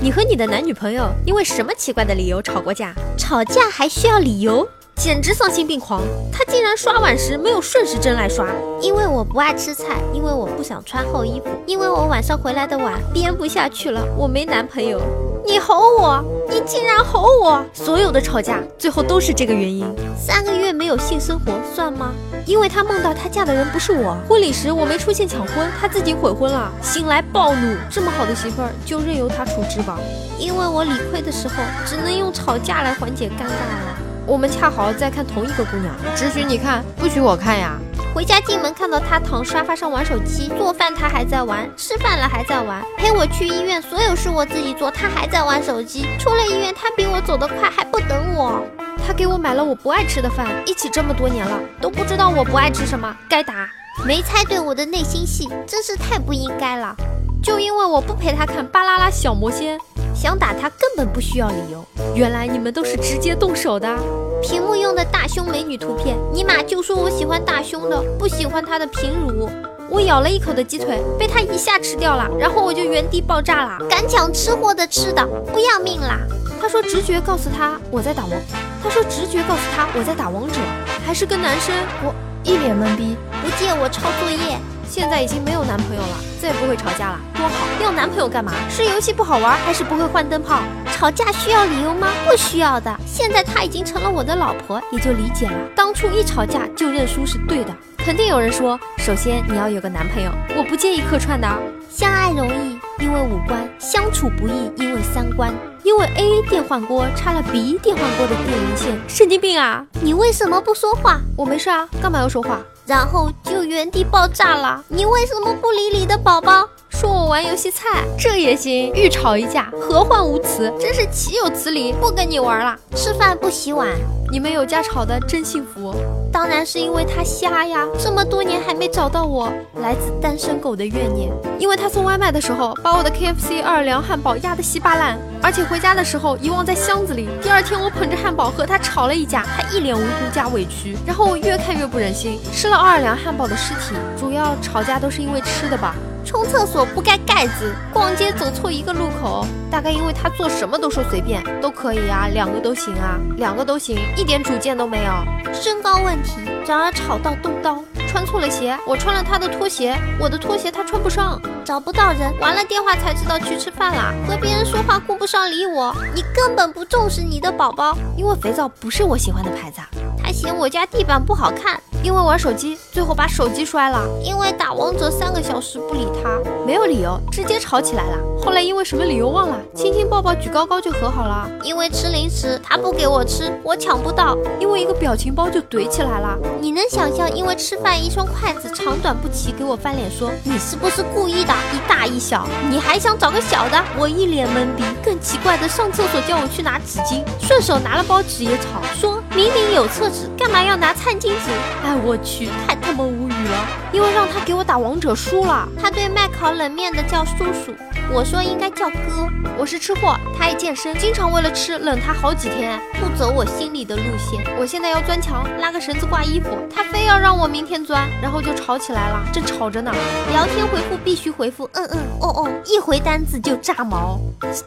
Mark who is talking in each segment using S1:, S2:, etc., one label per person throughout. S1: 你和你的男女朋友因为什么奇怪的理由吵过架？吵架还需要理由？简直丧心病狂！他竟然刷碗时没有顺时针来刷。
S2: 因为我不爱吃菜，因为我不想穿厚衣服，因为我晚上回来的晚，
S1: 编不下去了，我没男朋友。你吼我，你竟然吼我！所有的吵架最后都是这个原因。
S2: 三个月没有性生活算吗？
S1: 因为他梦到他嫁的人不是我，婚礼时我没出现抢婚，他自己悔婚了，醒来暴怒。这么好的媳妇儿，就任由他处置吧。
S2: 因为我理亏的时候，只能用吵架来缓解尴尬了。
S1: 我们恰好在看同一个姑娘，只许你看，不许我看呀。
S2: 回家进门看到他躺沙发上玩手机，做饭他还在玩，吃饭了还在玩，陪我去医院，所有事我自己做，他还在玩手机。出了医院，他比我走得快，还不等我。
S1: 他给我买了我不爱吃的饭，一起这么多年了，都不知道我不爱吃什么，该打。
S2: 没猜对我的内心戏，真是太不应该了。
S1: 就因为我不陪他看《巴啦啦小魔仙》，想打他根本不需要理由。原来你们都是直接动手的。
S2: 屏幕用的大胸美女图片，尼玛就说我喜欢大胸的，不喜欢她的平乳。
S1: 我咬了一口的鸡腿被他一下吃掉了，然后我就原地爆炸了。
S2: 敢抢吃货的吃的，不要命啦！
S1: 他说直觉告诉他我在打王，他说直觉告诉他我在打王者，还是跟男生。我一脸懵逼，
S2: 不借我抄作业。
S1: 现在已经没有男朋友了，再也不会吵架了，多好！要男朋友干嘛？是游戏不好玩，还是不会换灯泡？
S2: 吵架需要理由吗？不需要的。现在她已经成了我的老婆，也就理解了。
S1: 当初一吵架就认输是对的。肯定有人说，首先你要有个男朋友，我不介意客串的。啊
S2: 相爱容易，因为五官；相处不易，因为三观。
S1: 因为 A 电饭锅插了 B 电饭锅的电源线，神经病啊！
S2: 你为什么不说话？
S1: 我没事啊，干嘛要说话？
S2: 然后就原地爆炸了。你为什么不理你的宝宝？
S1: 说我玩游戏菜，这也行？欲吵一架，何患无辞？真是岂有此理！不跟你玩了。
S2: 吃饭不洗碗，
S1: 你们有家吵的真幸福。
S2: 当然是因为他瞎呀，这么多年还没找到我，
S1: 来自单身狗的怨念。因为他送外卖的时候，把我的 KFC 二两汉堡压得稀巴烂，而且回家的时候遗忘在箱子里。第二天我捧着汉堡和他吵了一架，他一脸无辜加委屈。然后我越看越不忍心，吃了二两汉堡的尸体。主要吵架都是因为吃的吧。
S2: 冲厕所不盖盖子，
S1: 逛街走错一个路口，大概因为他做什么都说随便都可以啊，两个都行啊，两个都行，一点主见都没有。
S2: 身高问题，然而吵到动刀，
S1: 穿错了鞋，我穿了他的拖鞋，我的拖鞋他穿不上，
S2: 找不到人，完了电话才知道去吃饭啦，和别人说话顾不上理我，你根本不重视你的宝宝，
S1: 因为肥皂不是我喜欢的牌子。
S2: 他嫌我家地板不好看，
S1: 因为玩手机，最后把手机摔了。
S2: 因为打王者三个小时不理他，
S1: 没有理由，直接吵起来了。后来因为什么理由忘了，亲亲抱抱举高高就和好了。
S2: 因为吃零食，他不给我吃，我抢不到，
S1: 因为一个表情包就怼起来了。
S2: 你能想象，因为吃饭一双筷子长短不齐，给我翻脸说你是不是故意的？一大一小，你还想找个小的？我一脸懵逼。更奇怪的，上厕所叫我去拿纸巾，顺手拿了包纸也吵，说明明有厕。干嘛要拿餐巾纸？
S1: 哎，我去，太他妈无语了！因为让他给我打王者输了，
S2: 他对卖烤冷面的叫叔叔，我说应该叫哥。
S1: 我是吃货，他爱健身，经常为了吃冷他好几天，
S2: 不走我心里的路线。
S1: 我现在要钻墙，拉个绳子挂衣服，他非要让我明天钻，然后就吵起来了，正吵着呢。
S2: 聊天回复必须回复嗯嗯哦哦，一回单字就炸毛，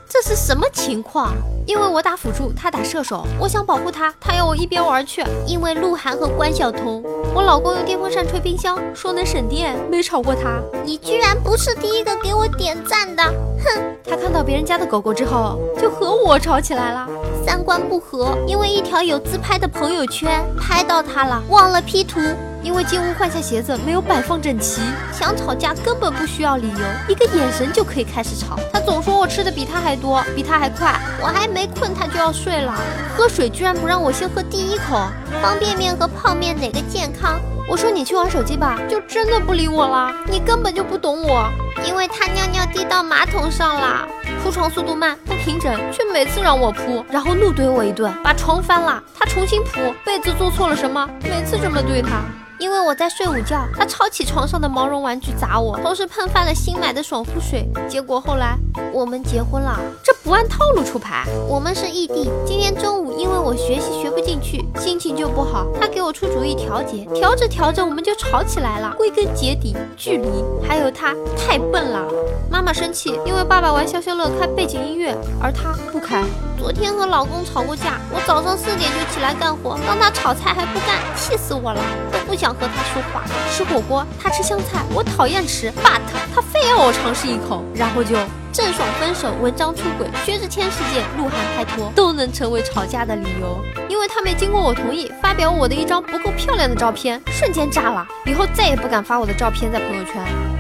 S1: 这是什么情况？因为我打辅助，他打射手，我想保护他，他要我一边玩去。
S2: 因为鹿晗和关晓彤，
S1: 我老公用电风扇吹冰箱，说能省电，没吵过他。
S2: 你居然不是第一个给我点赞的，哼！
S1: 他看到别人家的狗狗之后，就和我吵起来了，哦
S2: 三观不合。因为一条有自拍的朋友圈拍到他了，嗯忘了 P 图。
S1: 因为进屋换下鞋子没有摆放整齐，
S2: 想吵架根本不需要理由，一个眼神就可以开始吵。
S1: 他总说我吃的比他还多，比他还快，
S2: 我还没困他就要睡了。
S1: 喝水居然不让我先喝第一口，
S2: 方便面和泡面哪个健康？
S1: 我说你去玩手机吧，就真的不理我了。你根本就不懂我，
S2: 因为他尿尿滴到马桶上啦。
S1: 铺床速度慢，不平整，却每次让我铺，然后怒怼我一顿，把床翻了，他重新铺，被子做错了什么？每次这么对他。
S2: 因为我在睡午觉，他抄起床上的毛绒玩具砸我，同时喷翻了新买的爽肤水。结果后来我们结婚了，
S1: 这不按套路出牌。
S2: 我们是异地，今天中午因为我学习学不进去，心情就不好，他给我出主意调节，调着调着我们就吵起来了。归根结底，距离还有他太笨了。
S1: 妈妈生气，因为爸爸玩消消乐开背景音乐，而他不开。
S2: 昨天和老公吵过架，我早上四点就起来干活，让他炒菜还不干，气死我了，都不想和他说话。
S1: 吃火锅，他吃香菜，我讨厌吃，but 他非要我尝试一口，然后就
S2: 郑爽分手，文章出轨，薛之谦事件，鹿晗拍拖，
S1: 都能成为吵架的理由，因为他没经过我同意发表我的一张不够漂亮的照片，瞬间炸了，以后再也不敢发我的照片在朋友圈。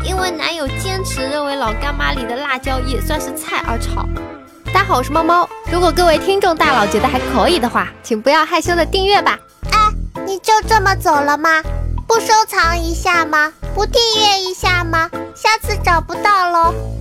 S2: 因为男友坚持认为老干妈里的辣椒也算是菜而吵。
S1: 大家好，我是猫猫。如果各位听众大佬觉得还可以的话，请不要害羞的订阅吧。
S3: 你就这么走了吗？不收藏一下吗？不订阅一下吗？下次找不到喽。